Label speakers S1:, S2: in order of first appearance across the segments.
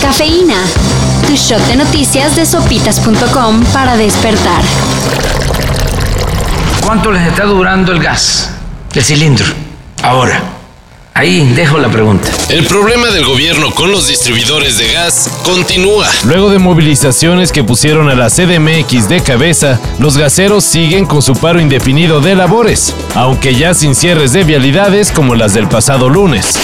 S1: Cafeína. Tu shot de noticias de sopitas.com para despertar.
S2: ¿Cuánto les está durando el gas? El cilindro. Ahora. Ahí dejo la pregunta.
S3: El problema del gobierno con los distribuidores de gas continúa.
S4: Luego de movilizaciones que pusieron a la CDMX de cabeza, los gaseros siguen con su paro indefinido de labores, aunque ya sin cierres de vialidades como las del pasado lunes.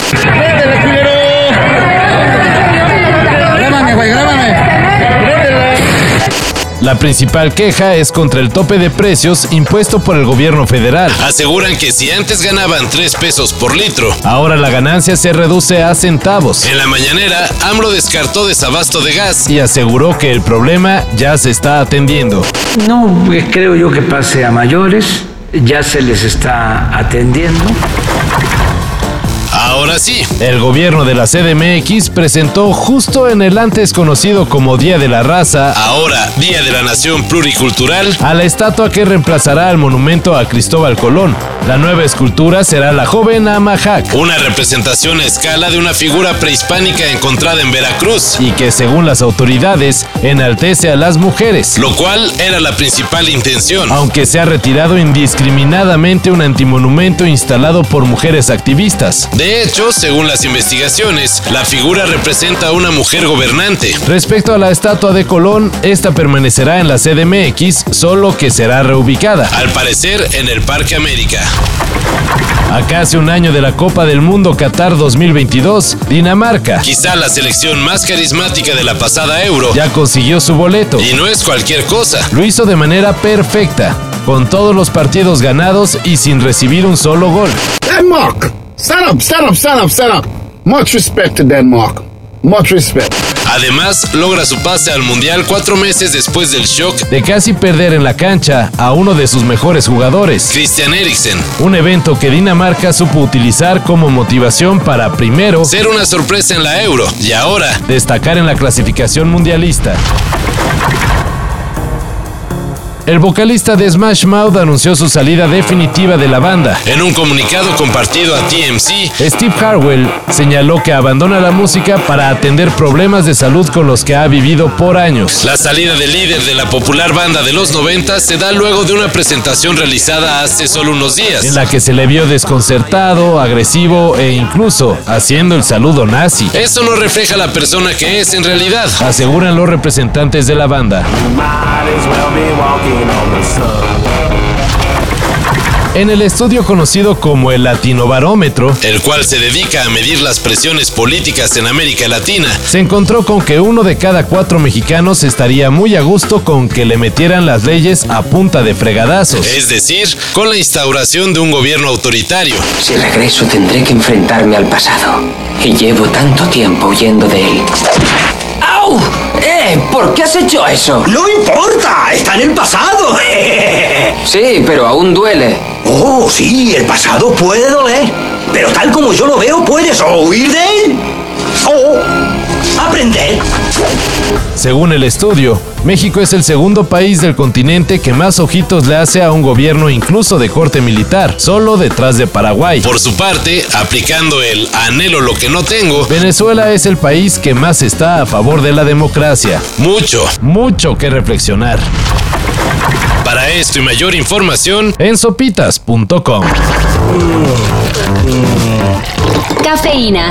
S4: La principal queja es contra el tope de precios impuesto por el gobierno federal.
S3: Aseguran que si antes ganaban 3 pesos por litro,
S4: Ahora la ganancia se reduce a centavos
S3: en la mañanera AMLO descartó desabasto de gas.
S4: y aseguró que el problema ya se está atendiendo.
S2: No eh, creo yo que pase a mayores. Ya se les está atendiendo.
S3: Ahora sí,
S4: El gobierno de la CDMX presentó justo en el antes conocido como Día de la Raza
S3: ahora Día de la Nación Pluricultural,
S4: a la estatua que reemplazará al monumento a Cristóbal Colón. La nueva escultura será la joven Amahac
S3: una representación a escala de una figura prehispánica encontrada en Veracruz,
S4: y que según las autoridades enaltece a las mujeres,
S3: lo cual era la principal intención.
S4: aunque se ha retirado indiscriminadamente un antimonumento instalado por mujeres activistas.
S3: De hecho, según las investigaciones, la figura representa a una mujer gobernante.
S4: Respecto a la estatua de Colón, esta permanecerá en la CDMX, solo que será reubicada.
S3: Al parecer, en el Parque América.
S4: A casi un año de la Copa del Mundo Qatar 2022, Dinamarca
S3: Quizá la selección más carismática de la pasada Euro.
S4: ya consiguió su boleto.
S3: Y no es cualquier cosa.
S4: Lo hizo de manera perfecta, con todos los partidos ganados y sin recibir un solo gol.
S5: Denmark. Stand up, stand up, stand up, stand up. Much respect to Denmark. Much respect.
S3: Además, logra su pase al Mundial cuatro meses después del shock
S4: De casi perder en la cancha a uno de sus mejores jugadores.
S3: Christian Eriksen.
S4: Un evento que Dinamarca supo utilizar como motivación para primero
S3: Ser una sorpresa en la Euro. Y ahora,
S4: destacar en la clasificación mundialista. El vocalista de Smash Mouth anunció su salida definitiva de la banda.
S3: en un comunicado compartido a TMC,
S4: Steve Harwell señaló que abandona la música para atender problemas de salud con los que ha vivido por años.
S3: la salida del líder de la popular banda de los 90 se da luego de una presentación realizada hace solo unos
S4: en
S3: días.
S4: la que se le vio desconcertado, agresivo e incluso haciendo el saludo nazi,
S3: Eso no refleja la persona que es en realidad.
S4: aseguran los representantes de la banda. En el estudio conocido como el Latinobarómetro,
S3: el cual se dedica a medir las presiones políticas en América Latina.
S4: se encontró con que uno de cada cuatro mexicanos estaría muy a gusto con que le metieran las leyes a punta de fregadazos.
S3: Es decir, con la instauración de un gobierno autoritario.
S6: Si regreso tendré que enfrentarme al pasado. Y llevo tanto tiempo huyendo de él. ¡Au! ¡Eh! ¿Por qué has hecho eso?
S7: No importa, está en el pasado.
S6: Sí, pero aún duele.
S7: Oh, sí, el pasado puede doler. Pero tal como yo lo veo, puedes o huir de él o aprender.
S4: Según el estudio, México es el segundo país del continente que más ojitos le hace a un gobierno incluso de corte militar, solo detrás de Paraguay.
S3: Por su parte, aplicando el anhelo lo que no tengo,
S4: Venezuela es el país que más está a favor de la democracia.
S3: mucho.
S4: Mucho que reflexionar.
S3: Para esto y mayor información,
S4: En sopitas.com.
S1: Cafeína.